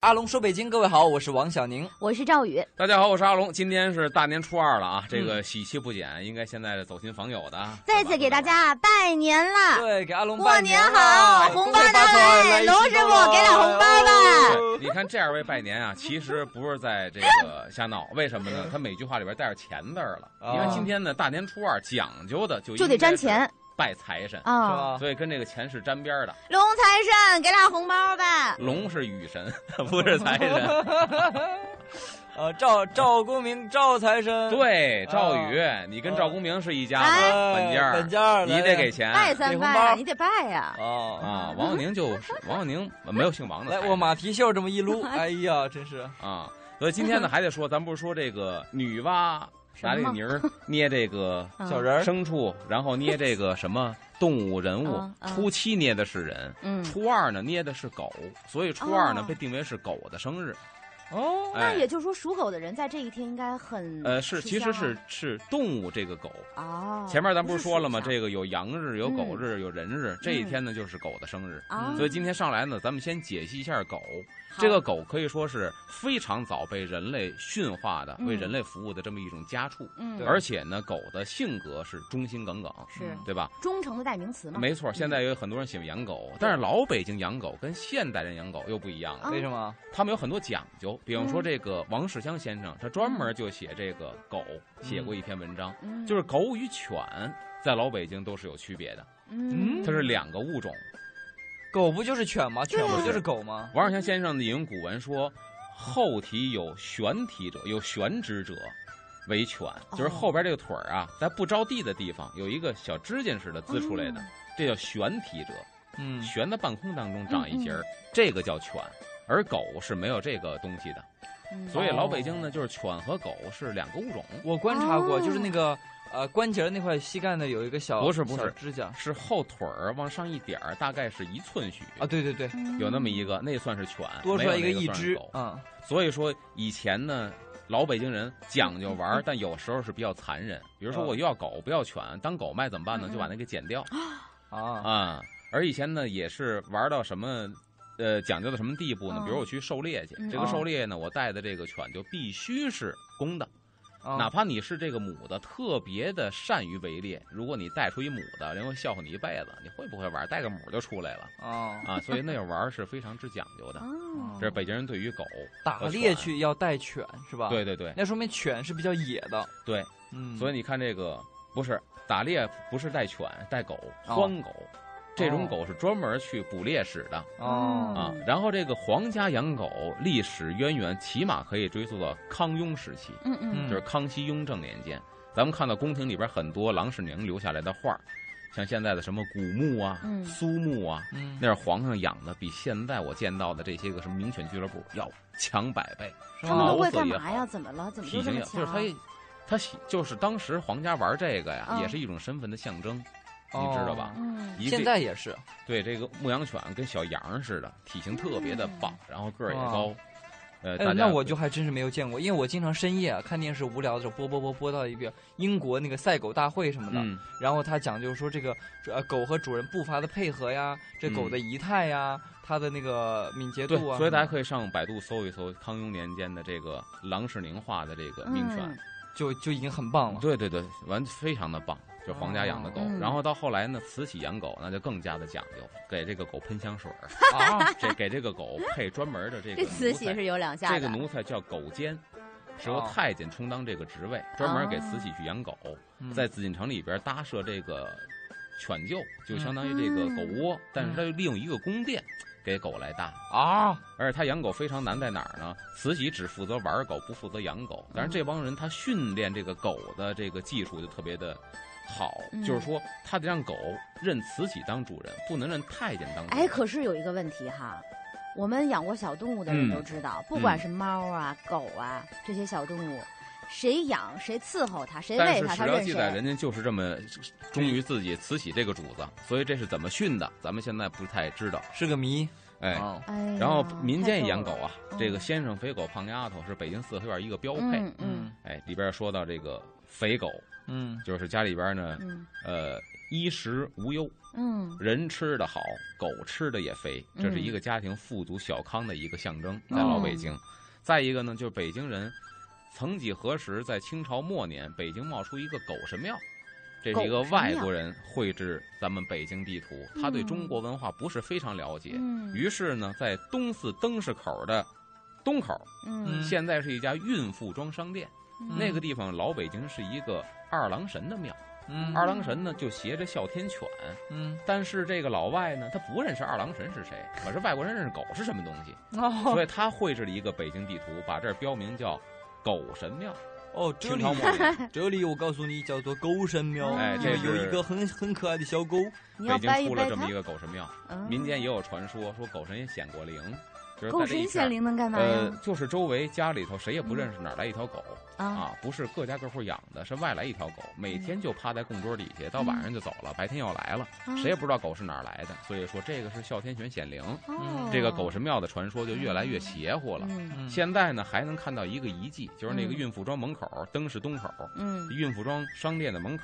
阿龙说：“北京，各位好，我是王小宁。我是赵宇，大家好，我是阿龙，今天是大年初二了啊，这个喜气不减，应该现在是走亲访友的，嗯啊再次给大家拜年啦！对，给阿龙过拜哎年了好，红包拿来，龙师啊傅给点红包！哎吧！对你看这二位拜年啊，其实不是在这个瞎闹，为什么呢？嗯他每句话里边带着钱字儿了。啊因为今天呢，大年初二讲究的就哦就得沾钱，拜财神，啊！公公拜拜了所以跟这个钱是沾边儿的。龙财神给点红包吧！龙是雨神， 不是财哦神。是吧？ 呃，赵赵公明，赵财神，对，赵宇，你跟啊赵公明是一家哎吗？哎，本家儿本家儿，你得给钱拜三拜给红包啊，你得拜呀！哦啊！王小宁就是王小宁，没有姓王的来财，神。我马蹄袖这么一撸，哎呀，真是啊，所以今天呢还得说，咱不是说这个女娲拿这个 泥儿捏这个嗯小人儿，牲畜，然后捏这个什么动物人物嗯，嗯初七捏的是人，嗯，初二呢捏的是狗，所以初二呢哦被定为是狗的生日。哦那哎也，就是说属狗的人在这一天应该很呃，是嗯吃其实香啊是是动物这个狗。啊哦，前面咱不不是说了吗？个这个有羊日，有狗日，有人日，这一嗯天呢就是狗的生日。啊，嗯所以今天上来呢，咱们先解析一下狗。好这个狗可以说是非常早被人类驯化的，嗯为人类服务的这么一种家畜。嗯对而且呢，狗的性格是忠心耿耿，是对吧？忠诚的代名词嘛，嗯没错，现在有很多人喜欢养嗯狗，但是老北京养狗跟现代人养狗又不一样了，啊为什么？他们有很多讲究。比方说嗯这个王世襄先生，他专门就写这个狗，写过一篇文章，嗯就是狗与犬在老北京都是有区别的，嗯嗯它是两个物种。狗不就是犬吗？对犬啊不就是狗吗？王世襄先生呢引用古文说：“后蹄有悬蹄者，有悬指者。”为犬，哦就是后边这个腿儿啊，在不着地的地方有一个小指甲似的滋出来的，这叫悬蹄者，嗯，悬在半空当中长一截儿，这个叫犬。而狗是没有这个东西的，嗯所以老北京哦呢，就是犬和狗是两个物种，我观察过，哦就是那个呃关节儿那块膝盖呢有一个小不是不是小指甲是后腿儿往上一点儿，大概是一寸许，啊，对对对，嗯有那么一个，那算是犬，多出来一没有那一算是只狗，嗯，所以说以前呢，老北京人讲究玩嗯儿，但有时候是比较残忍。比如说嗯我又要狗不要犬，当狗卖怎么办嗯呢？嗯嗯就把那给剪掉啊，啊。而以前呢，也是玩到什么。呃，讲究到什么地步呢嗯？比如我去狩猎去，嗯这个狩猎呢，我带的这个犬就必须是公的，哦啊哪怕你是这个母的，特别的善于围猎，如果你带出一母的，人会笑话你一辈子。你会不会玩？带个母就出来了啊，啊！所以那会儿玩儿是非常之讲究的。哦这是北京人对于狗，打猎去要带犬是吧？，对对对那说明犬是比较野的，对，嗯，所以以你看这个不是打猎，不是带犬，带狗，哦獾狗，这种狗是专门去捕猎使的哦，啊嗯。然后这个皇家养狗历史渊源，起码可以追溯到康雍时期，嗯就嗯是康熙、雍正年间。咱们看到宫廷里边很多郎世宁留下来的画儿，像现在的什么古墓啊、嗯苏木啊，嗯，那是皇上养的，比现在我见到的这些个什么名犬俱乐部要强百倍。是他们吗都毛会色干也嘛好呀？怎么了？怎么体就这型么也就是强？他也，他喜就是当时皇家玩这个呀，嗯也是一种身份的象征，哦你知道吧？嗯一个现在也是，对这个牧羊犬跟小羊似的，体型特别的嗯棒，然后个儿也高，呃，哎大，家那我就还真是没有见过，因为我经常深夜啊看电视无聊的时候播播播播到一个英国那个赛狗大会什么的，嗯，然后他讲究说这个呃狗和主人步伐的配合呀，这狗的仪态呀，它的那个敏捷嗯对，度啊，所以大家可以上百度搜一搜康雍年间的这个郎世宁画的这个名犬，嗯就就已经很棒了。对对对，完非常的棒，就皇家养的狗。哦嗯然后到后来呢，慈禧养狗那就更加的讲究，给这个狗喷香水儿，啊， 这给这个狗配专门的这个这慈奴才禧是有两下这的。个奴才叫狗监，是由哦太监充当这个职位，专门给哦慈禧去养狗，嗯在紫禁城里边搭设这个犬厩，就相当于这个嗯狗窝，但是他就利用一个宫殿给狗来搭。啊，而且他养狗非常难在哪儿呢？慈禧只负责玩狗，不负责养狗。嗯但是这帮人他训练这个狗的这个技术就特别的。好，嗯就是说，他得让狗认慈禧当主人，不能认太监当主人。哎，可是有一个问题哈，我们养过小动物的人嗯都知道，不管是猫啊、狗啊这些小动物，谁养谁伺候它，谁但喂是它，史它料认记载，谁。人家就是这么忠于自己慈禧这个主子，所以这是怎么训的，咱们现在不太知道。是个谜。哎，啊哎呀，然后民间也养狗啊嗯，这个先生、肥狗、胖丫头是北京四合院一个标太配。逗了，嗯嗯嗯，哎，里边说到这个肥狗嗯就是家里边呢，嗯呃，衣食无忧，嗯人吃得好，狗吃的也肥，这是嗯一个家庭富足小康的一个象征，哦在老北京。再一个呢，就是北京人，曾几何时，在清朝末年，北京冒出一个狗神庙。这是一个狗神外庙国人绘制咱们北京地图，他对中嗯国文化不是非常了解，嗯于是呢，在东四灯市口的东口，嗯现在是一家孕妇装商店。嗯那个地方，老北京是一个二郎神的庙，嗯二郎神呢就挟着哮天犬，嗯但是这个老外呢，他不认识二郎神是谁，可是外国人认识狗是什么东西，所哦以他绘制了一个北京地图，把这儿标明叫狗神 庙。哦，这清里朝末年，这里我告诉你叫做沟神庙，哎因这为是有一个很很可爱的小狗。 你要北掰京一出了掰这么一它，个狗神庙，嗯民间也有传说说狗神也显过灵，就是狗在这一神片儿显。灵能干嘛呃，呀？就是周围家里头谁也不认识哪儿来一条狗、啊，啊，不是各家各户养的，是外来一条狗，每嗯天就趴在供桌底下，到晚上就走了，白天又来了，啊哦谁也不知道狗是哪儿来的，所以说这个是哮天犬显灵，道嗯这个狗神庙的传说就越来越邪乎了。嗯现在呢，还能看到一个遗迹，就是那个嗯孕妇庄门口，灯市东口，嗯孕妇庄商店的门口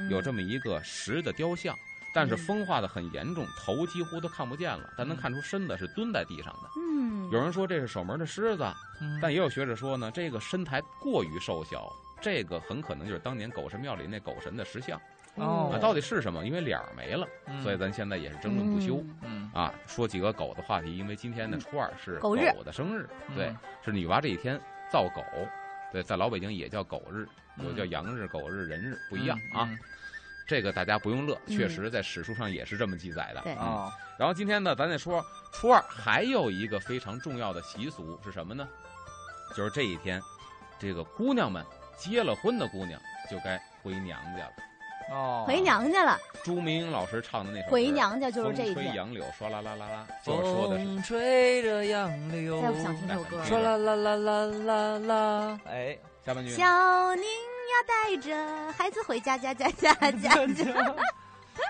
嗯有这么一个石的雕像，但是嗯风化的很严重，头几乎都看不见了，但能嗯看出身子是蹲在地上的。嗯，有人说这是守门的狮子，嗯但也有学者说呢，这个身材过于瘦小。这个很可能就是当年狗神庙里那狗神的石像哦啊，到底是什么？因为脸儿没了，嗯所以咱现在也是争论不休。嗯嗯啊，说几个狗的话题，因为今天呢嗯初二是狗日的生日，嗯对，是女娃这一天造狗，对，在老北京也叫狗日，有嗯叫羊日、狗日、人日，不一样啊。嗯这个大家不用乐，嗯确实在史书上也是这么记载的。对嗯啊。哦然后今天呢，咱再说初二还有一个非常重要的习俗是什么呢？就是这一天，这个姑娘们结了婚的姑娘就该回娘家了。哦嗯回娘家了，朱明英老师唱的那首歌回娘家就是呃风这一吹天。哦杨柳唰啦啦啦啦，就是说的是。风吹着杨柳再，不哎想听这首歌唰说了。啦啦啦啦啦啦，哎，下半句呢小宁要带着孩子回家家家家哎 家 家。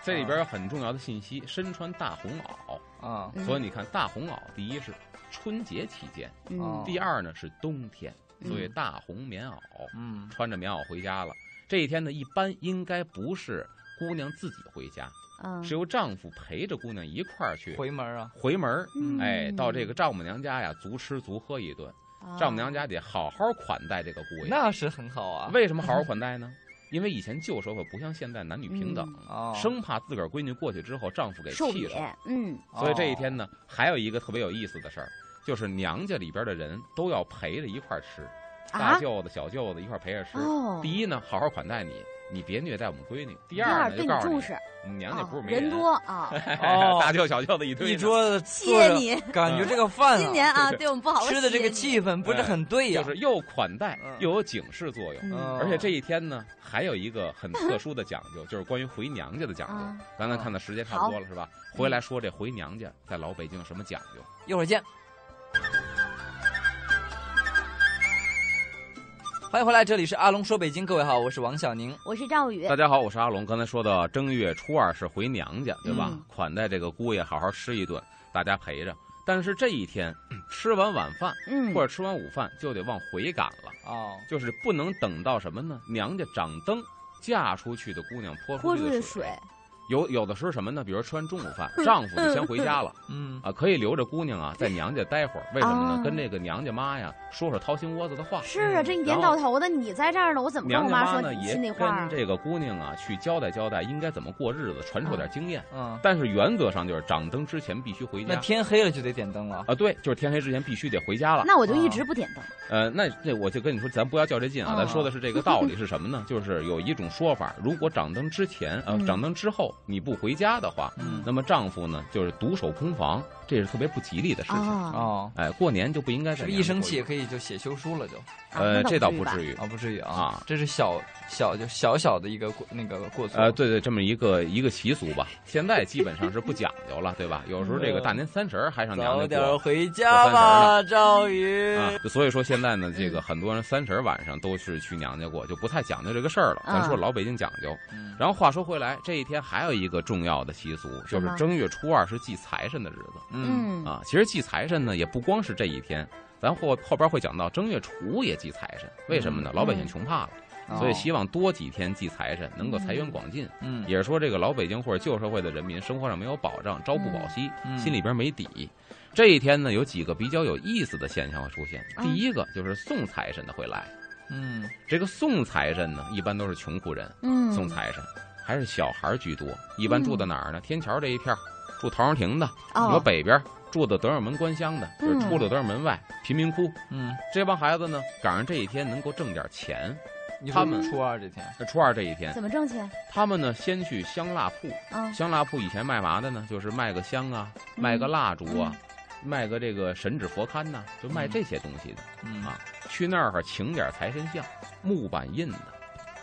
这里啊边有很重要的信息，身穿大红袄，啊，嗯所以你看大红袄，第一是春节期间，嗯第二呢是冬天，嗯所以大红棉袄，嗯穿着棉袄回家了。这一天呢，一般应该不是姑娘自己回家，嗯是由丈夫陪着姑娘一块儿去回门啊，回门儿。嗯哎，到这个丈母娘家呀，足吃足喝一顿。哦丈母娘家得好好款待这个姑爷。那是很好啊， 为什么好好款待呢？因为以前旧社会不像现在男女平等，啊哦，生怕自个儿闺女过去之后丈夫给嗯受气瘪了。，嗯哦所以这一天呢，还有一个特别有意思的事儿，就是娘家里边的人都要陪着一块儿吃，大啊舅子、小舅子一块儿陪着吃。哦，第一呢，好好款待你，你别虐待我们闺女；第第二二呢，对就你告诉重你视，，你娘家啊不是没人 多啊，哦大舅小舅子一堆呢，一桌子坐谢谢着，你。感嗯觉这个饭 今年 啊，对对我们不好，我吃的这个谢你气氛不是很对呀哎就，是又款待嗯哦又有警示作用。嗯而且这一天呢，还有一个很特殊的讲究，就是关于回娘家的讲啊究。刚才看的时间差不多了，是吧？回来说这回娘家在老北京有什么讲究？一会儿见。欢迎回来，这里是阿龙说北京，各位好，我是王小宁。我是赵宇大，家好，我是阿龙。刚才说到正月初二是回娘家，对吧？嗯款待这个姑爷，好好吃一顿，大家陪着。但是这一天吃完晚饭嗯或者吃完午饭就得往回赶了，哦，就是不能等到什么呢？娘家掌灯，嫁出去的姑娘泼泼出出去去的的水水，，嗯有有的时候什么呢？比如吃完中午饭，丈夫就先回家 了嗯，啊，可以留着姑娘啊在娘家待会儿。为什么呢啊？跟这个娘家妈呀说说掏心窝子的话。是啊，嗯这一年然后到头的，你在这儿呢，我怎么跟娘我家妈说呢也心里话跟啊？这个姑娘啊去交代交代，应该怎么过日子，传授点经验。嗯，但是原则上就是掌灯之前必须回那家。天黑了就得点灯了。啊，对，就是天黑之前必须得回家了。那我就一直不点灯，呃，那这我就跟你说，咱不要较这劲啊，哦咱说的是这个道理是什么 呢？就是有一种说法，如果掌灯之前，呃，嗯掌灯之后你不回家的话，嗯，那么丈夫呢就是独守空房，这是特别不吉利的事情。哦，哦，哎，过年就不应该是在不是娘一家生过气也夜，可以就写休书了就？ 呃，这倒不于至于。啊，不至于啊，啊这是小小就小小的一个过那个过错。呃，对对，这么一个一个习俗吧，现在基本上是不讲究了，对吧？有时候这个大年三十儿还上娘早家过点，回家吧，赵宇。嗯啊，所以说现在呢，这个很多人三十儿晚上都是去娘家过，就不太讲究这个事儿了。咱说嗯老北京讲究。嗯然后话说回来，这一天还有一个重要的习俗，什就么是正月初二是祭财神的日子嗯嗯啊。其实祭财神呢，也不光是这一天，咱后后边会讲到正月初五也祭财神，为什么呢？老百姓嗯穷怕了，哦所以希望多几天祭财神，能够财源广进。嗯也是说，这个老北京或者旧社会的人民，生活上没有保障，朝不保夕，嗯心里边没底。这一天呢，有几个比较有意思的现象会出现。啊第一个就是送财神的会来，嗯这个送财神呢，一般都是穷苦人嗯，送财神，还是小孩居多。一般住在哪儿呢？天桥这一片儿，住陶然亭的；你说哦，北边儿住的德胜门关乡的，就是出了德胜门外贫民窟。嗯，这帮孩子呢，赶上这一天能够挣点钱。你他说们初二这天，这初二这一天，怎么挣钱？他们呢先去香蜡铺，啊，香蜡铺以前卖嘛的呢？就是卖个香啊，嗯卖个蜡烛啊，卖个这个神纸佛龛呐、就卖这些东西的。嗯啊去那儿请点财神像，木板印的，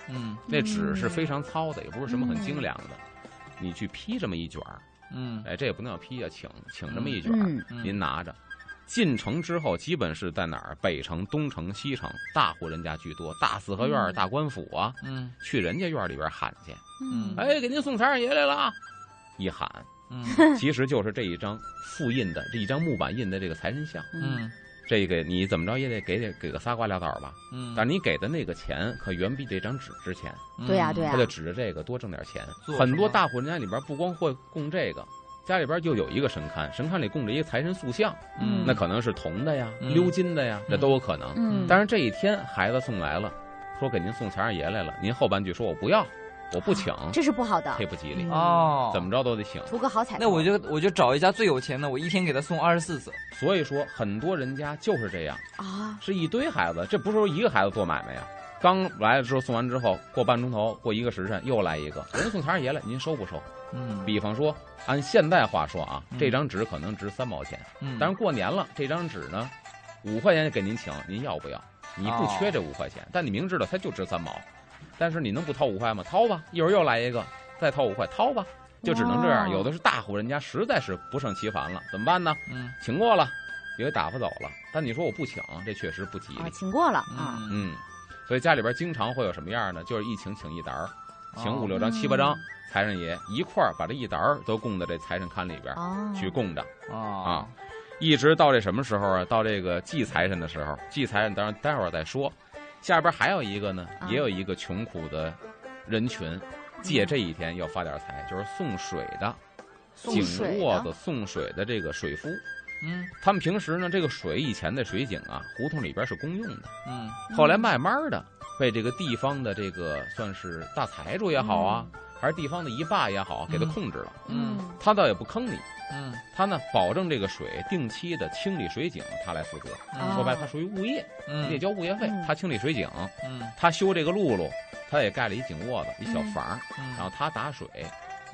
嗯那纸是非常糙的，也不是什么很嗯精良的。你去批这么一卷儿，嗯哎，这也不能叫批啊，请请这么一卷儿，嗯，嗯，您拿着。进城之后，基本是在哪儿？北城、东城、西城，大户人家居多，大四合院儿、嗯大官府啊，嗯去人家院儿里边喊去，嗯哎，给您送财神爷来了啊！一喊，嗯其实就是这一张复印的这一张木板印的这个财神像，嗯这个你怎么着也得给点给个仨瓜俩枣吧。嗯，但你给的那个钱可远比这张纸值钱，对呀对呀他就指着这个多挣点钱啊做。很什多么大户人家里边不光会供这个，家里边就有一个神龛，神龛里供着一个财神塑像，嗯那可能是铜的呀、嗯鎏金的呀，这都有可能。嗯，但是这一天孩子送来了，说给您送财神爷来了，您后半句说我不要，我不请，啊这是不好的这，不吉利，哦，怎么着都得请。图个好彩头。那我就我就找一家最有钱的，我一天给他送二十四次。所以说，很多人家就是这样，啊，是一堆孩子，这不是说一个孩子做买卖呀。刚来了之后送完之后，过半钟头，过一个时辰又来一个，人家送财神爷来，您收不收？嗯比方说，按现在话说啊，嗯这张纸可能值三毛钱，嗯，但是过年了，这张纸呢，五块钱给您请，您要不要？你不哦缺这五块钱，但你明知道它就值三毛，但是你能不掏五块吗？掏吧，一会儿又来一个，再掏五块，掏吧，就只能这样。哇有的是大户人家实在是不胜其烦了，怎么办呢？嗯请过了，也给打发走了。但你说我不请，这确实不吉啊利，。请过了啊，嗯，嗯，所以家里边经常会有什么样呢？就是一请请一沓儿，请哦五六张、嗯七八张，财神爷一块儿把这一沓儿都供到这财神龛里边儿哦，去供着，啊一直到这什么时候啊？到这个祭财神的时候，祭财神当然待会儿再说。下边还有一个呢，啊也有一个穷苦的人群，借这一天要发点财，就是送水的。送井水窝的子送水的这个水夫，嗯他们平时呢，这个水以前的水井啊，胡同里边是公用的，嗯后来慢慢的被这个地方的这个算是大财主也好啊，还是地方的一霸也好，给他嗯控制了。嗯嗯他倒也不坑你，嗯，他呢保证这个水定期的清理水井，他来负责。哦说白了，他属于物业，嗯你得交物业费嗯。他清理水井，嗯他修这个路路，他也盖了一井窝子，一小房儿，嗯，然后他打水。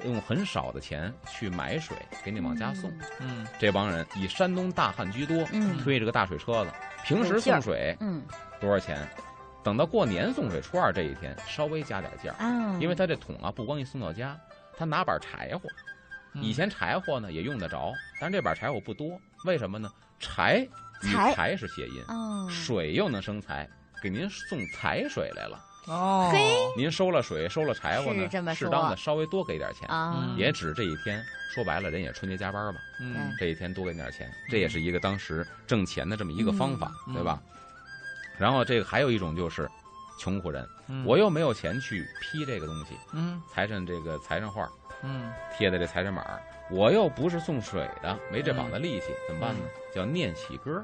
用很少的钱去买水，给你往家送。嗯这帮人以山东大汉居多，嗯推着个大水车子。平时有劲儿送水嗯多少钱？等到过年送水初二这一天，稍微加点价儿，啊，因为他这桶啊，不光一送到家，他拿板柴火，嗯嗯以前柴火呢也用得着，但是这板柴火不多，为什么呢？柴与财财是谐音，啊，水又能生财，给您送财水来了。哦您收了水，收了柴火呢是这么，适说当的稍微多给点钱，啊，嗯也指这一天。说白了，人也春节加班嘛，嗯这一天多给点钱，这也是一个当时挣钱的这么一个方法，嗯对吧？然后这个还有一种就是穷苦人，嗯，我又没有钱去批这个东西，嗯财神这个财神画嗯贴的这财神码儿，我又不是送水的，没这膀子力气，怎么办呢？叫念喜歌，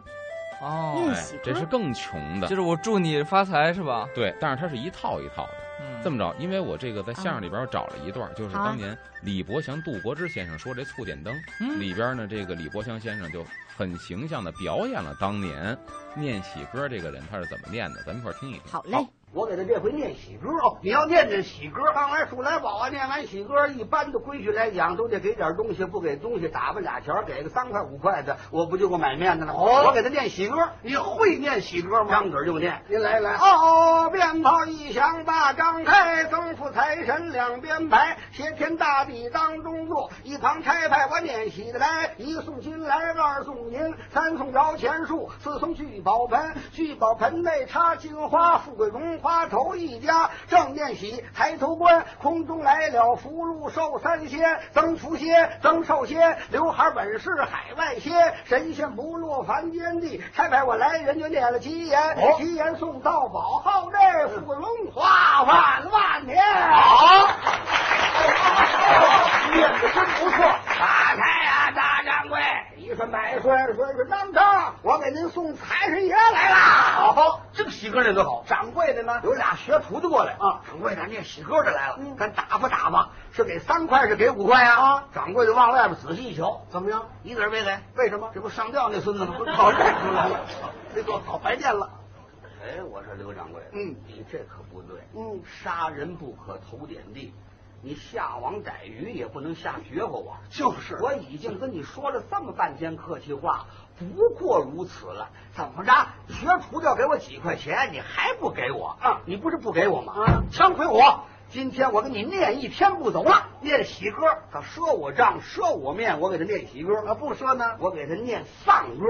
哦念，哎喜歌，这是更穷就的。是我祝你发财是吧？对，但是它是一套一套的。嗯，这么么着，因为我这个在相声里边儿找了一段儿，就是好啊当年李伯祥、杜国之先生说这《醋点灯》嗯里边儿呢，这个李伯祥先生就很形象的表演了当年念喜歌这个人他是怎么念的，咱们一块儿听一听。好嘞，我给他这回念喜歌哦，你要念这喜歌，当然数来宝啊，念完喜歌，一般的规矩来讲，都得给点东西，不给东西打发俩钱儿，给个三块五块的，我不就够买面子了？哦，我给他念喜歌，你会念喜歌吗？张嘴就念，您来来。哦，鞭炮一响把张开，增福财神两边排，挟天大地当中坐，一旁差派我念喜的来，一个送金来，二送银，三送摇钱树，四送聚宝盆，聚宝盆内插金花，富贵荣。中华头一家，正面喜，抬头观，空中来了福禄寿三仙，增福仙，增寿仙，刘海本是海外仙，神仙不落凡间地，差派我来人就念了七言，七言送到宝，号内富荣华，万万年。好。念的真不错。打开呀、大掌柜！一顺百顺，顺顺当当，我给您送财神爷来了。好，这个喜歌念得好。掌柜的呢，有俩学徒的过来啊。掌柜的念喜歌的来了，咱打发打发，是给三块，是给五块呀？啊，掌柜的往外边仔细一瞧，怎么样？一子儿没给？为什么？这不上吊那 孙子吗？跑这出来了， 这多好白见了。哎，我说刘掌柜，嗯，你这可不对，嗯，杀人不可头点地，你下网逮鱼也不能下绝活网。就是，我已经跟你说了这么半天客气话，不过如此了。怎么着，学徒要给我几块钱，你还不给我？啊，你不是不给我吗？啊，枪回我！今天我给你念一天不走了，念喜歌，他赊我账，赊我面，我给他念喜歌；他啊不赊呢，我给他念丧歌，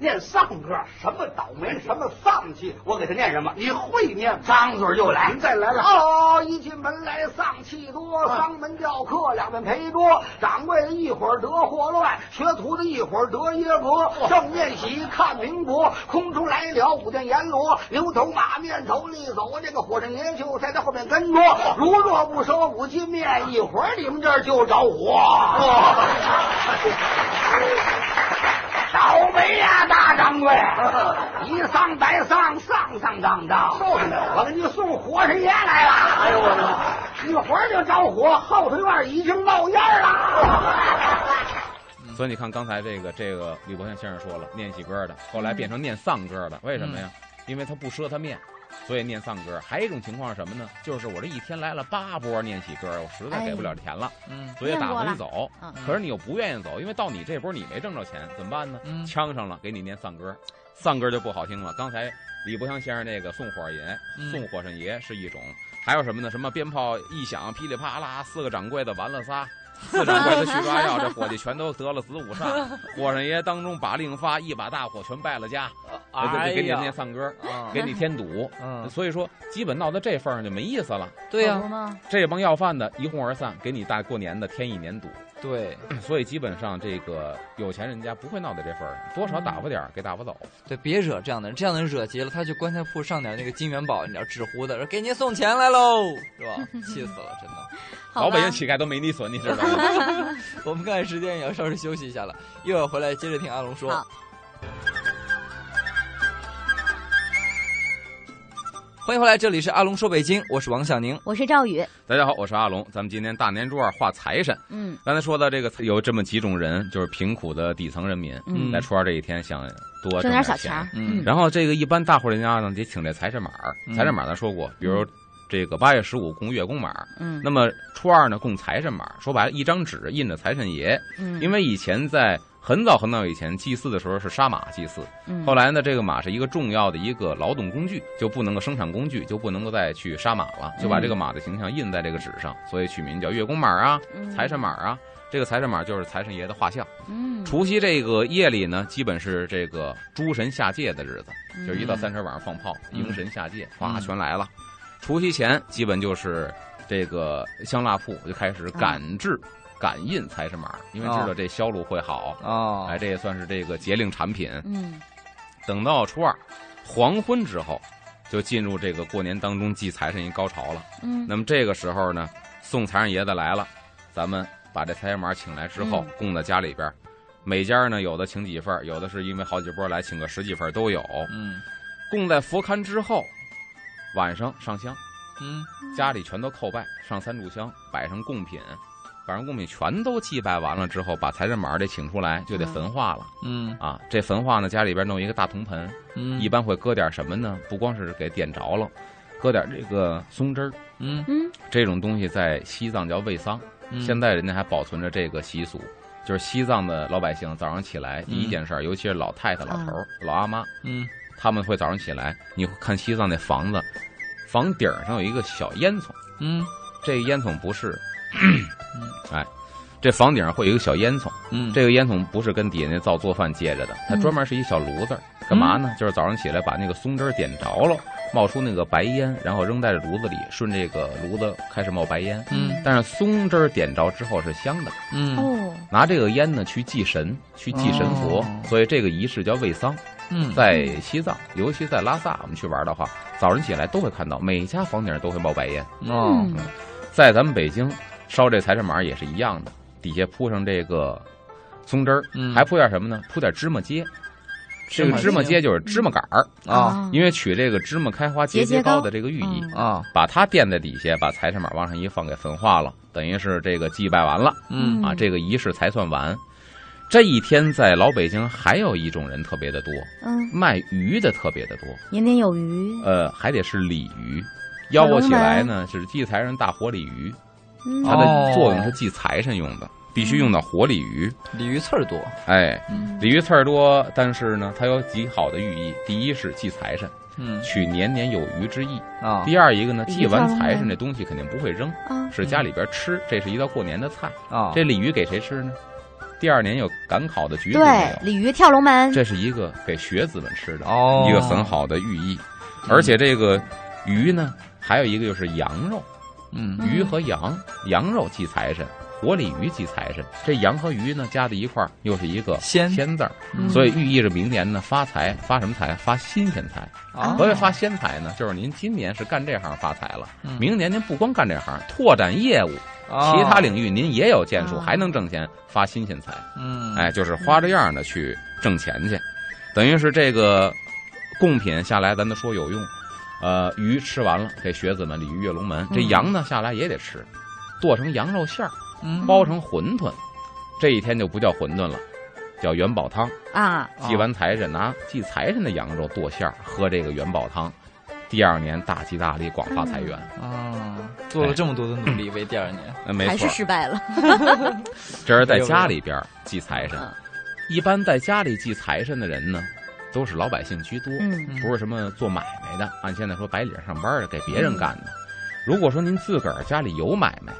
念丧歌，什么倒霉，什么丧气，我给他念什么？你会念，张嘴就来，再来了。啊哦，一进门来丧气多，丧门吊客，两面赔多，掌柜的一会儿得霍乱，学徒的一会儿得耶格，正面喜看民国，空中来了五殿阎罗，牛头马面头立走，这个火上爷就在他后面跟着，如若不收五斤面，一会儿你们这儿就着火。倒霉呀、大掌柜！ 一丧白丧，丧丧当当，受不了！我给你送火神爷来了。哎呦我的妈！一会儿就着火，后头院已经冒烟了。所以你看刚才这个这个李伯祥先生说了，念喜歌的，后来变成念丧歌的，为什么呀？因为他不赊他面，所以念丧歌。还有一种情况是什么呢？就是我这一天来了八波念喜歌，我实在给不了这钱了，嗯所以打发你走。嗯，可是你又不愿意走，因为到你这波你没挣着钱，怎么办呢？嗯呛上了，给你念丧歌，丧歌就不好听了。刚才李伯祥先生那个送火爷、嗯送火神爷是一种，还有什么呢？什么鞭炮一响，噼里啪啦，四个掌柜的完了仨，四掌柜的去抓药，这伙计全都得了子午上。火神爷当中把令发，一把大火全败了家，我就哎就给你呀念丧歌，啊给你添堵。嗯，所以说，基本闹到这份儿上就没意思了。对呀、可不吗？这帮要饭的一哄而散，给你大过年的添一年堵。对所以基本上这个有钱人家不会闹到这份儿，多少打发点儿给打发走。对，别惹这样的人，这样的人惹急了，他去棺材铺上点那个金元宝，你知道纸糊的，说给您送钱来喽，是吧？气死了，真的。好吧老北京乞丐都没你损，你知道吗？ 我们看看时间也要稍事休息一下了，一会儿回来接着听阿龙说。好欢迎回来，这里是阿龙说北京，我是王小宁。我是赵宇，大家好，我是阿龙，咱们今天大年初二画财神。嗯刚才说到这个，有这么几种人，就是贫苦的底层人民，嗯在初二这一天想多挣点点小钱儿，嗯然后这个一般大户人家呢，得请这财神马儿。嗯财神马儿咱说过，比如这个八月十五供月供马儿，嗯，那么初二呢供财神马儿。说白了，一张纸印着财神爷，嗯因为以前在很早很早以前祭祀的时候是杀马祭祀，嗯后来呢，这个马是一个重要的一个劳动工具，就不能够生产工具，就不能够再去杀马了，就把这个嗯马的形象印在这个纸上，所以取名叫月宫马啊、财神马啊。这个财神马就是财神爷的画像。嗯，除夕这个夜里呢，基本是这个诸神下界的日子，嗯就是一到三十晚上放炮，嗯迎神下界，哗嗯全来了。除夕前基本就是这个香蜡铺就开啊始赶制、赶印财神马，因为知道这销路会好，哦，哎，这也算是这个节令产品。嗯等到初二黄昏之后，就进入这个过年当中祭财神爷高潮了。嗯，那么这个时候呢，送财神爷的来了，咱们把这财神马请来之后嗯，供在家里边儿。每家呢，有的请几份儿，有的是因为好几波来，请个十几份儿都有。嗯供在佛龛之后，晚上上香，嗯家里全都叩拜，上三炷香，摆上贡品，摆上贡品全都祭拜完了之后，把财神马儿得请出来，就得嗯焚化了、嗯啊。这焚化呢，家里边弄一个大铜盆，嗯，一般会搁点什么呢？不光是给点着了，搁点这个松枝儿嗯嗯这种东西，在西藏叫喂桑，嗯现在人家还保存着这个习俗。就是西藏的老百姓早上起来第一件事儿，尤其是老太太、老啊头儿、老阿妈，嗯他们会早上起来，你会看西藏那房子，房顶儿上有一个小烟囱，嗯这烟囱不是， 哎，这房顶上会有一个小烟囱，嗯这个烟囱不是跟底下那灶做饭接着的，它嗯专门是一小炉子儿，干嘛嗯呢？就是早上起来把那个松枝儿点着了，冒出那个白烟，然后扔在炉子里，顺这个炉子开始冒白烟。嗯但是松枝儿点着之后是香的，嗯哦，拿这个烟呢去祭神，去祭神佛，哦所以这个仪式叫喂桑。嗯，哦在西藏，尤其在拉萨，我们去玩的话，早晨起来都会看到，每家房顶上都会冒白烟。哦，嗯在咱们北京烧这财神马也是一样的，底下铺上这个松枝儿，嗯还铺点什么呢？铺点芝麻街。这个芝麻街就是芝麻杆儿，啊哦因为取这个芝麻开花节节嗯节节高高的这个寓意，嗯啊，把它垫在底下，把财神马往上一放，给焚化了，等于是这个祭拜完了嗯啊，嗯这个仪式才算完。这一天在老北京还有一种人特别的多，嗯，卖鱼的特别的多，年年有余，呃，还得是鲤鱼。吆喝起来呢，是祭财神大活鲤鱼，嗯它哦呃的作用是祭财神用的，必须用到活鲤鱼。鲤鱼刺儿多，哎，嗯鲤鱼刺儿多，但是呢，它有极好的寓意。第一是祭财神，嗯取年年有余之意；啊，第二一个呢，鲤鱼祭完刺儿财吗神这东西肯定不会扔，啊，是家里边吃，这是一道过年的菜。啊，这鲤鱼给谁吃呢？第二年有赶考的橘子没对，有？鲤鱼跳龙门，这是一个给学子们吃的。哦，嗯一个很，好的寓意。而且这个鱼呢，还有一个就是羊肉，嗯鱼和羊，羊肉祭财神，活鲤鱼祭财神。这羊和鱼呢加在一块儿，又是一个鲜鲜字儿，嗯所以寓意着明年呢发财，发什么财？发新鲜财。哦啊，何谓发鲜财呢？就是您今年是干这行发财了，嗯明年您不光干这行，拓展业务，哦其他领域您也有建树，哦还能挣钱，发新鲜财。嗯哎，就是花这样的去挣钱去，等于是这个贡品下来，咱都说有用。呃，鱼吃完了，给学子们鲤鱼跃龙门。这嗯羊呢下来也得吃，剁成羊肉馅儿，嗯包成馄饨。这一天就不叫馄饨了，叫元宝汤。啊，祭完财神，拿祭财神的羊肉剁馅儿，喝这个元宝汤。第二年大吉大利，广发财源。嗯啊，哎做了这么多的努力，为第二年，嗯，没还错是儿，失败了，这是在没有家没里边儿祭财神嗯。一般在家里祭财神的人呢，都是老百姓居多。嗯嗯不是什么做买卖的，按现在说白领上班的给别人干的。如果说您自个儿家里有买卖，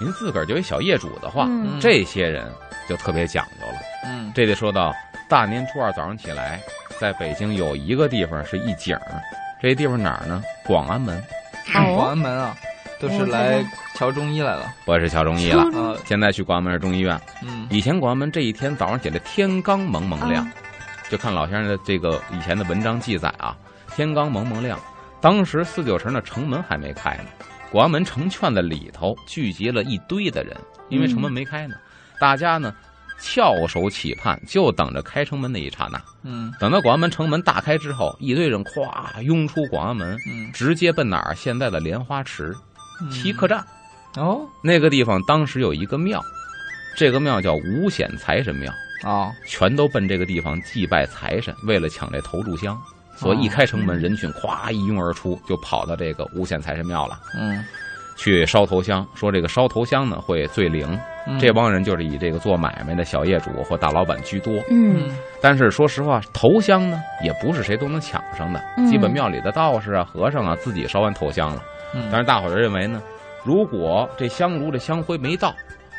您自个儿就有一小业主的话，嗯这些人就特别讲究了。嗯这得说到大年初二早上起来，在北京有一个地方是一景儿，这地方哪儿呢？广安门，广哦，安门啊，都是我猜来瞧中医来了，不是小中医嗯了。啊，现在去广安门是中医院。嗯以前广安门这一天早上起来天刚蒙蒙亮，就看老先生的这个以前的文章记载啊，天刚蒙蒙亮，当时四九城的城门还没开呢，广安门城圈子里头聚集了一堆的人，因为城门没开呢，大家呢翘首企盼，就等着开城门那一刹那。嗯等到广安门城门大开之后，一堆人咵拥出广安门，嗯，直接奔哪儿？现在的莲花池嗯七客站。哦那个地方当时有一个庙，这个庙叫五显财神庙，啊，全都奔这个地方祭拜财神，为了抢这头炷香，所以一开城门，人群咵一拥而出，就跑到这个五显财神庙了，嗯，去烧头香。说这个烧头香呢会最灵，嗯这帮人就是以这个做买卖的小业主或大老板居多。嗯嗯但是说实话，头香呢也不是谁都能抢上的，嗯基本庙里的道士啊、和尚啊自己烧完头香了。嗯，但是大伙儿认为呢，如果这香炉的香灰没到，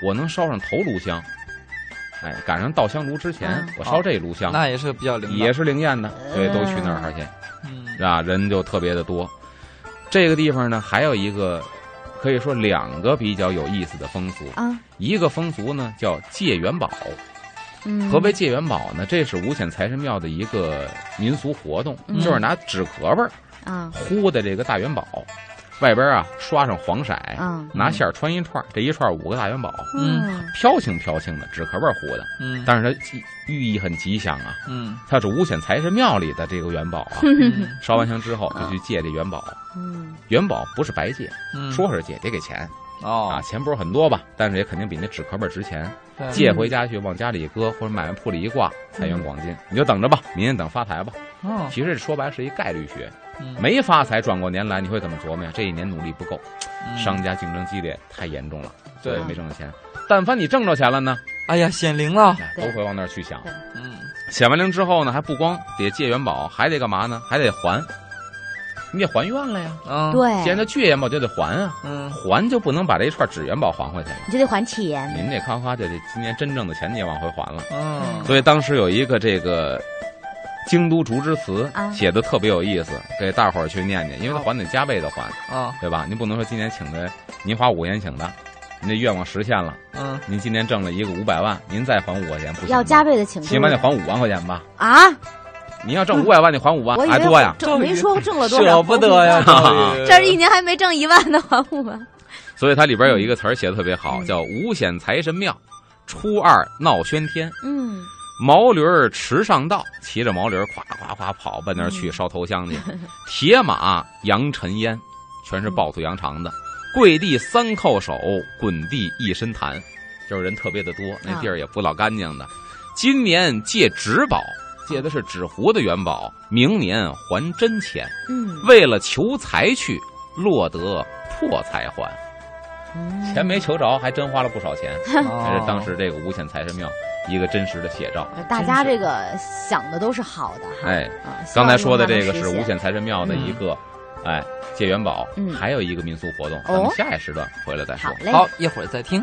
我能烧上头炉香，哎，赶上到香炉之前，嗯啊我烧这炉香，那也是比较灵的，也是灵验的，所以都去那儿去，嗯是吧？人就特别的多。这个地方呢，还有一个可以说两个比较有意思的风俗，啊，一个风俗呢叫借元宝。嗯，何为借元宝呢？这是五显财神庙的一个民俗活动，嗯就是拿纸壳儿啊糊的这个大元宝，外边啊刷上黄色，啊，拿线儿穿一串儿，这一串儿五个大元宝，嗯飘轻飘轻的，纸壳儿味儿糊的，嗯，但是它吉寓意很吉祥啊。嗯它是五显财神庙里的这个元宝啊，嗯烧完香之后就去借这元宝。嗯元宝不是白借，嗯说是借得给钱啊，哦，钱不是很多吧，但是也肯定比那纸壳儿味儿值钱。对借回家去往家里一搁，或者买完铺里一挂，财源广进。你就等着吧，明天等发财吧。嗯哦其实这说白了是一概率学，嗯没发财转过年来，你会怎么琢磨呀？这一年努力不够，嗯商家竞争激烈太严重了，所以对啊没挣着钱。但凡你挣着钱了呢，哎呀显灵了，哎都对会往那儿去想。对嗯显完灵之后呢，还不光得借元宝，还得干嘛呢？还得还。你得还愿了呀！啊对，既然他借元宝，就得还啊，嗯还就不能把这一串纸元宝还回去了。你就得还钱，您这开花就得今年真正的钱你也往回还了。嗯所以当时有一个这个京都竹枝词啊》写的特别有意思，给大伙儿去念念，因为他好还得加倍的还，啊，对吧？您不能说今年请的，您花五块钱请的，您这愿望实现了，嗯，您今年挣了一个五百万，您再还五块钱不行吗？要加倍的请客起码得还五万块钱吧？啊！你要挣五百万，你还五嗯万我以还为多呀？挣没说挣了多少，舍不得 呀，这这是一年还没挣一万呢，还我们所以它里边有一个词儿写的特别好，嗯叫“五显财神庙，初二闹喧天，嗯，毛驴儿驰上道”，骑着毛驴儿咵咵咵跑奔那儿去烧头香去， 铁马扬尘烟，全是趵突扬长的，跪地三叩首，滚地一身痰，就是人特别的多，那地儿也不老干净的。今年借纸宝，借的是纸糊的元宝，明年还真钱。嗯为了求财去，落得破财还。嗯，钱没求着，还真花了不少钱。这这是当时这个五显财神庙一个真实的写照。嗯大家这个想的都是好的哈。哎，啊，希望刚才说的能这慢慢个实是五现显财神庙的一个，哎，借元宝嗯，还有一个民俗活动。哦咱们下一时段回来再说好。嘞，好，一会儿再听。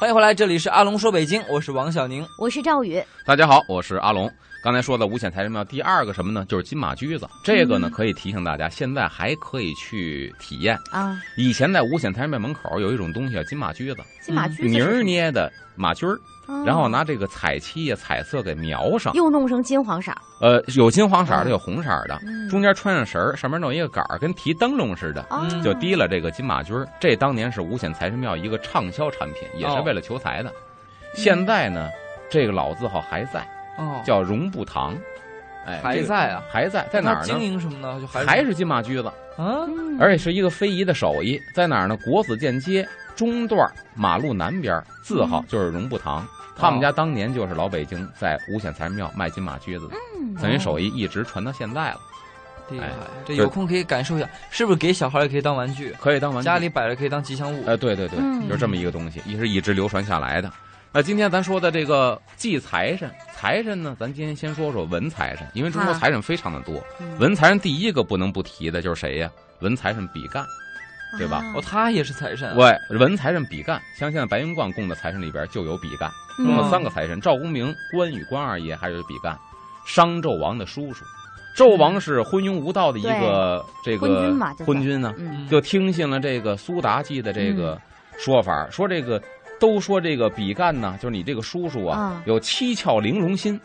欢迎回来，这里是阿龙说北京，我是王小宁。我是赵宇，大家好，我是阿龙。刚才说的五显财神庙第二个什么呢？就是金马驹子。这个嗯呢，可以提醒大家，现在还可以去体验。啊，以前在五显财神庙门口有一种东西叫金马驹子，金马驹子泥嗯儿是捏的马驹儿，什么，然后哦拿这个彩漆呀、彩色给描上。又弄成金黄色儿，呃，有金黄色儿的，嗯有红色儿的，嗯中间穿上绳儿，上面弄一个杆儿，跟提灯笼似的，哦嗯就提了这个金马驹儿。这当年是五显财神庙一个畅销产品，也是哦为了求财的。现在呢，这个老字号还在，哦，叫荣步堂，哎，还这个在啊，还在，在哪那儿经呢？营什么呢？就还还是金马驹子，啊，嗯而且是一个非遗的手艺，在哪儿呢？国子监街中段儿马路南边儿字号嗯就是荣步哦堂，他们家当年就是老北京在五显财神庙卖金马驹子的，嗯等于手艺一直传到现在了。厉害哎！这就有空可以感受一下，是不是给小孩也可以当玩具？可以当玩具。家里摆着可以当吉祥物。呃，对对对，嗯就这么一个东西，也是一直流传下来的。那今天咱说的这个祭财神，财神呢，咱今天先说说文财神，因为中国啊财神非常的多。嗯文财神第一个不能不提的就是谁呀？文财神比干，对吧啊哦，他也是财神啊。喂，文财神比干，像现在白云观供的财神里边就有比干，嗯共弄有了三个财神：赵公明、关羽、关二爷，还有比干，商纣王的叔叔。纣王是昏庸无道的一个这嗯个昏君嘛就是昏君啊呢，嗯嗯就听信了这个苏妲己的这个说法，说这个都说这个比干呢，就是你这个叔叔啊，啊有七窍玲珑心，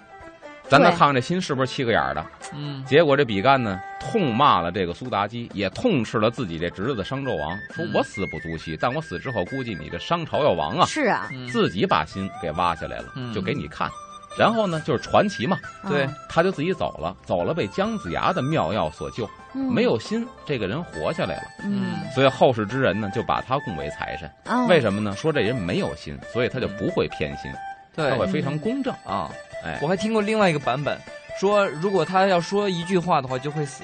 咱再对看看这心是不是七个眼儿的。嗯，结果这比干呢，痛骂了这个苏妲己，也痛斥了自己这侄子商纣王，说嗯我死不足惜，但我死之后，估计你这商朝要亡啊，是啊，嗯自己把心给挖下来了，嗯就给你看。然后呢，就是传奇嘛，对啊他就自己走了，走了被姜子牙的妙药所救，嗯没有心，这个人活下来了。嗯所以后世之人呢，就把他供为财神。啊嗯为什么呢？说这人没有心，所以他就不会偏心，对他会非常公正。啊，哎我还听过另外一个版本，说如果他要说一句话的话就会死，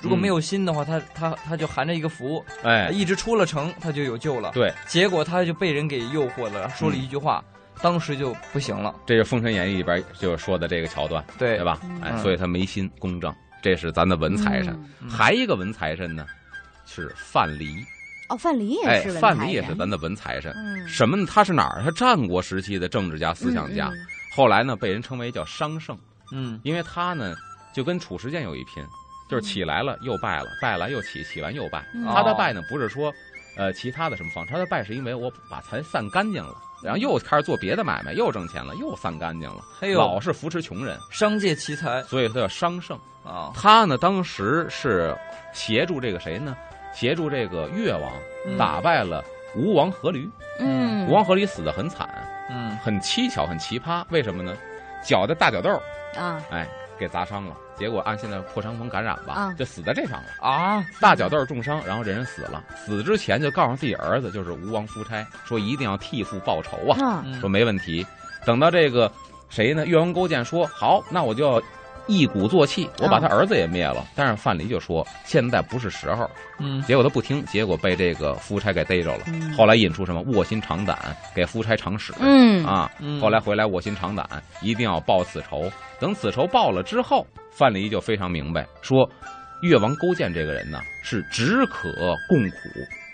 如果嗯没有心的话，他他他就含着一个符，嗯哎，一直出了城，他就有救了。对，结果他就被人给诱惑了，嗯说了一句话，当时就不行了。这是《封神演义》里边就说的这个桥段，对对？吧？哎，嗯所以他没心公正，这是咱的文财神。嗯嗯还一个文财神呢，是范蠡。哦，范蠡也哎是，文范采蠡也是人咱的文财神。嗯什么呢？他是哪儿？他战国时期的政治家、思想家，嗯嗯后来呢被人称为叫商圣，嗯因为他呢就跟褚时健有一拼，就是起来了又败了，败了又起，起完又败。嗯他的哦败呢，不是说，呃，其他的什么方式，他的败是因为我把财散干净了，然后又开始做别的买卖，又挣钱了，又散干净了，哎呦老是扶持穷人，商界奇才所以他叫商圣。啊，他呢，当时是协助这个谁呢？协助这个越王嗯打败了吴王阖闾。嗯吴王阖闾死得很惨，嗯很蹊跷，很奇葩。为什么呢？脚的大脚豆儿，啊哎，给砸伤了，结果按现在破伤风感染吧，啊就死在这上了。啊，大脚豆儿重伤，然后这人死了。死之前就告诉自己儿子，就是吴王夫差，说一定要替父报仇啊，啊嗯说没问题。等到这个谁呢？越王勾践说好，那我就要一鼓作气，嗯我把他儿子也灭了。但是范蠡就说现在不是时候，嗯结果他不听，结果被这个夫差给逮着了。嗯后来引出什么卧薪尝胆，给夫差尝屎。嗯啊嗯，后来回来卧薪尝胆，一定要报此仇。等此仇报了之后，范蠡就非常明白，说越王勾践这个人呢是只可共苦，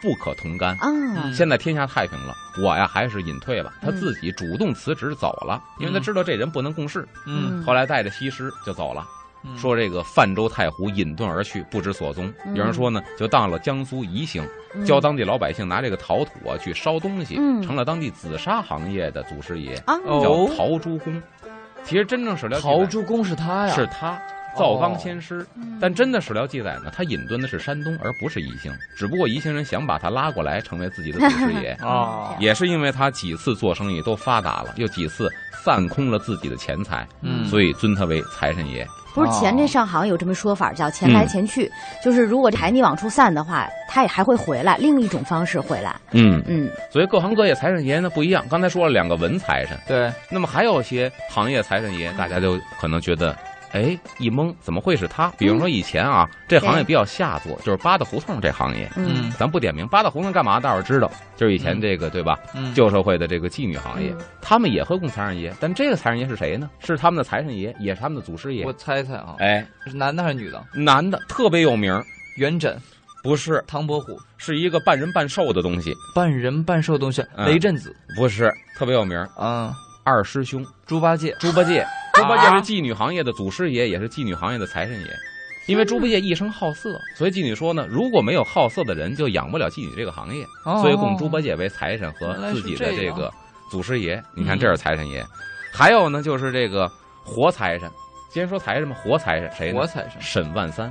不不可同甘。啊嗯现在天下太平了，我呀还是隐退吧。他嗯自己主动辞职走了，因为他嗯知道这人不能共事。嗯，后来带着西施就走了，嗯说这个泛州太湖隐遁而去，不知所踪。嗯有人说呢，就到了江苏宜兴，嗯教当地老百姓拿这个陶土啊去烧东西，嗯成了当地紫砂行业的祖师爷，啊哦叫陶朱公。其实真正史料记载陶朱公是他呀，是他造哦，缸仙师。嗯但真的史料记载呢，他隐遁的是山东，而不是宜兴。只不过宜兴人想把他拉过来，成为自己的祖师爷 啊，也是因为他几次做生意都发达了，又几次散空了自己的钱财，嗯，所以尊他为财神爷。不是哦钱这上好像有这么说法，叫钱嗯来钱去，就是如果这海你往出散的话，它也还会回来，另一种方式回来。嗯，嗯所以各行各业财神爷呢不一样。刚才说了两个文财神，对，那么还有些行业财神爷，大家就可能觉得。哎，一懵，怎么会是他？比嗯如说以前啊，这行业比较下作，就是八大胡同这行业，嗯咱不点名。八大胡同干嘛？大伙儿知道，就是以前嗯这个、对吧？嗯，旧社会的这个妓女行业，嗯他们也会供财神爷，但这个财神爷是谁呢？是他们的财神爷，也是他们的祖师爷我。猜猜啊，哎，是男的还是女的？男的特别有名儿，元稹、不是，唐伯虎，是一个半人半兽的东西，半人半兽东西，嗯雷震子，不是特别有名儿。嗯，二师兄猪八戒，猪八戒，猪八戒是妓女行业的祖师爷，也是妓女行业的财神爷。因为猪八戒一生好色，所以妓女说呢，如果没有好色的人，就养不了妓女这个行业。哦所以供猪八戒为财神和自己的这原来是这个样祖师爷。你嗯看，这是财神爷。还有呢，就是这个活财神。既然说财神嘛，活财神谁呢我？猜是，沈万三。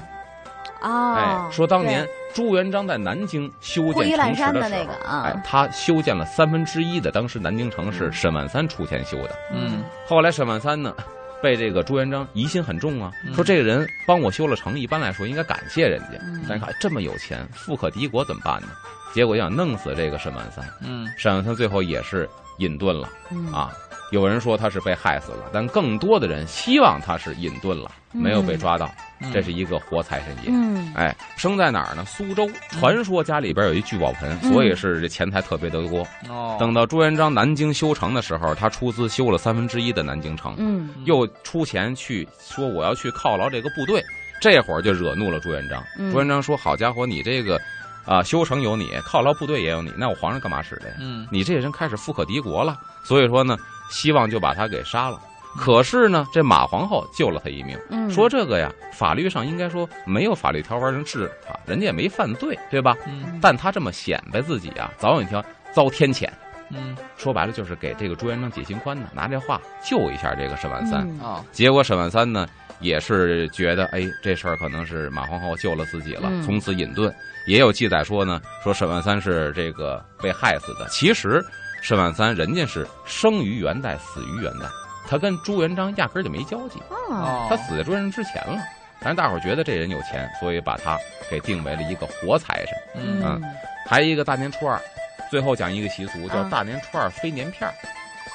啊，哦哎，说当年朱元璋在南京修过建一城览池山的的时那候个，啊哎，他修建了三分之一的当时南京城是沈万三出钱修的。嗯后来沈万三呢，被这个朱元璋疑心很重啊，嗯说这个人帮我修了城，一般来说应该感谢人家，嗯但看哎这么有钱，富可敌国怎么办呢？结果想弄死这个沈万三，嗯沈万三最后也是隐遁了嗯啊。有人说他是被害死了，但更多的人希望他是隐遁了，没有被抓到。嗯，这是一个活财神爷。嗯哎，生在哪儿呢？苏州。传说家里边有一聚宝盆，嗯所以是这钱财特别的多。哦，等到朱元璋南京修城的时候，他出资修了三分之一的南京城，嗯又出钱去说我要去犒劳这个部队。这会儿就惹怒了朱元璋。嗯朱元璋说：“好家伙，你这个啊、修城有你，犒劳部队也有你，那我皇上干嘛使的呀？嗯你这人开始富可敌国了。”所以说呢，希望就把他给杀了。可是呢，这马皇后救了他一命。嗯，说这个呀，法律上应该说没有法律条文能治他，人家也没犯罪，对吧？嗯但他这么显摆自己啊，早晚有一天遭天谴。嗯说白了就是给这个朱元璋解心宽呢，拿这话救一下这个沈万三。嗯啊，结果沈万三呢，也是觉得哎，这事儿可能是马皇后救了自己了，嗯从此隐遁。也有记载说呢，说沈万三是这个被害死的。其实，沈万三人家是生于元代，死于元代，他跟朱元璋压根儿就没交集。哦，哦，他死在朱元璋之前了。但是大伙儿觉得这人有钱，所以把他给定为了一个活财神。嗯嗯还有一个大年初二，最后讲一个习俗叫啊大年初二飞年片儿，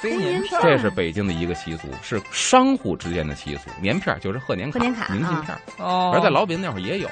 飞年票 啊这是北京的一个习俗，是商户之间的习俗。年片儿就是贺年卡、贺年卡啊明信片儿，哦，而在老北京那会儿也有。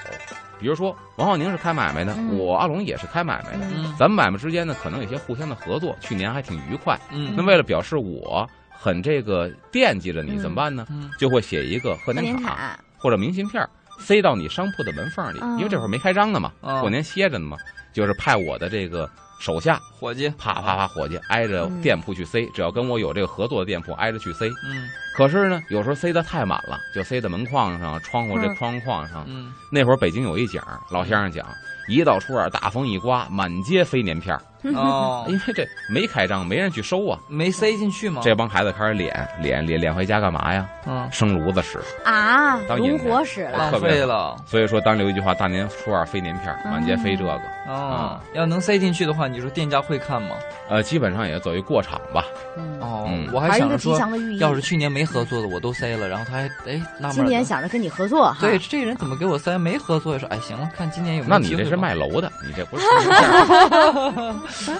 比如说王浩宁是开买卖的，嗯我阿龙也是开买卖的，嗯咱们买卖之间呢可能有些互相的合作，去年还挺愉快。嗯那为了表示我很这个惦记着你，嗯怎么办呢？嗯就会写一个贺贺年年卡。卡，或者明信片儿塞到你商铺的门缝里嗯，因为这会儿没开张呢嘛，嗯过年歇着呢嘛，就是派我的这个手下伙计，啪啪啪伙计挨着嗯店铺去塞，只要跟我有这个合作的店铺挨着去塞。嗯可是呢，有时候塞得太满了，就塞在门框上、窗户这嗯窗框上。 嗯那会儿北京有一讲，老先生讲，一到初二大风一刮，满街飞年片儿，嗯哦，因为这没开张，没人去收啊。没塞进去吗？这帮孩子开始敛敛敛敛回家干嘛呀？嗯，生炉子使。啊，当龙引火使哎了，浪费了所以说，当时有一句话，大年初二飞年片儿，满街飞这个。嗯哦，要能塞进去的话，你说店家会看吗？呃，基本上也作为过场吧。嗯，哦嗯，我还是一想个着吉说，祥的寓意。要是去年没合作的我都塞了，然后他还哎纳闷儿，今年想着啊跟你合作哈，对这人怎么给我塞没合作？说哎行了，看今年有没有那你机这会是吧卖楼的，你 这不是说明片儿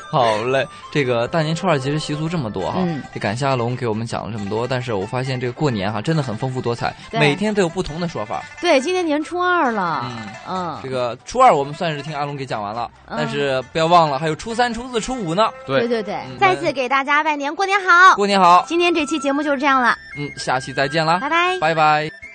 好嘞，这个大年初二其实习俗这么多哈，嗯也感谢阿龙给我们讲了这么多，但是我发现这个过年哈真的很丰富多彩，对每天都有不同的说法。对，今年年初二了，嗯，嗯这，个初二我们算是听阿龙给讲完了，嗯但是不要忘了还有初三、初四、初五呢。对对，对对嗯，再次给大家拜年，过年好。过年好，今天这期节目就是这样了，嗯，下期再见啦，拜拜。拜拜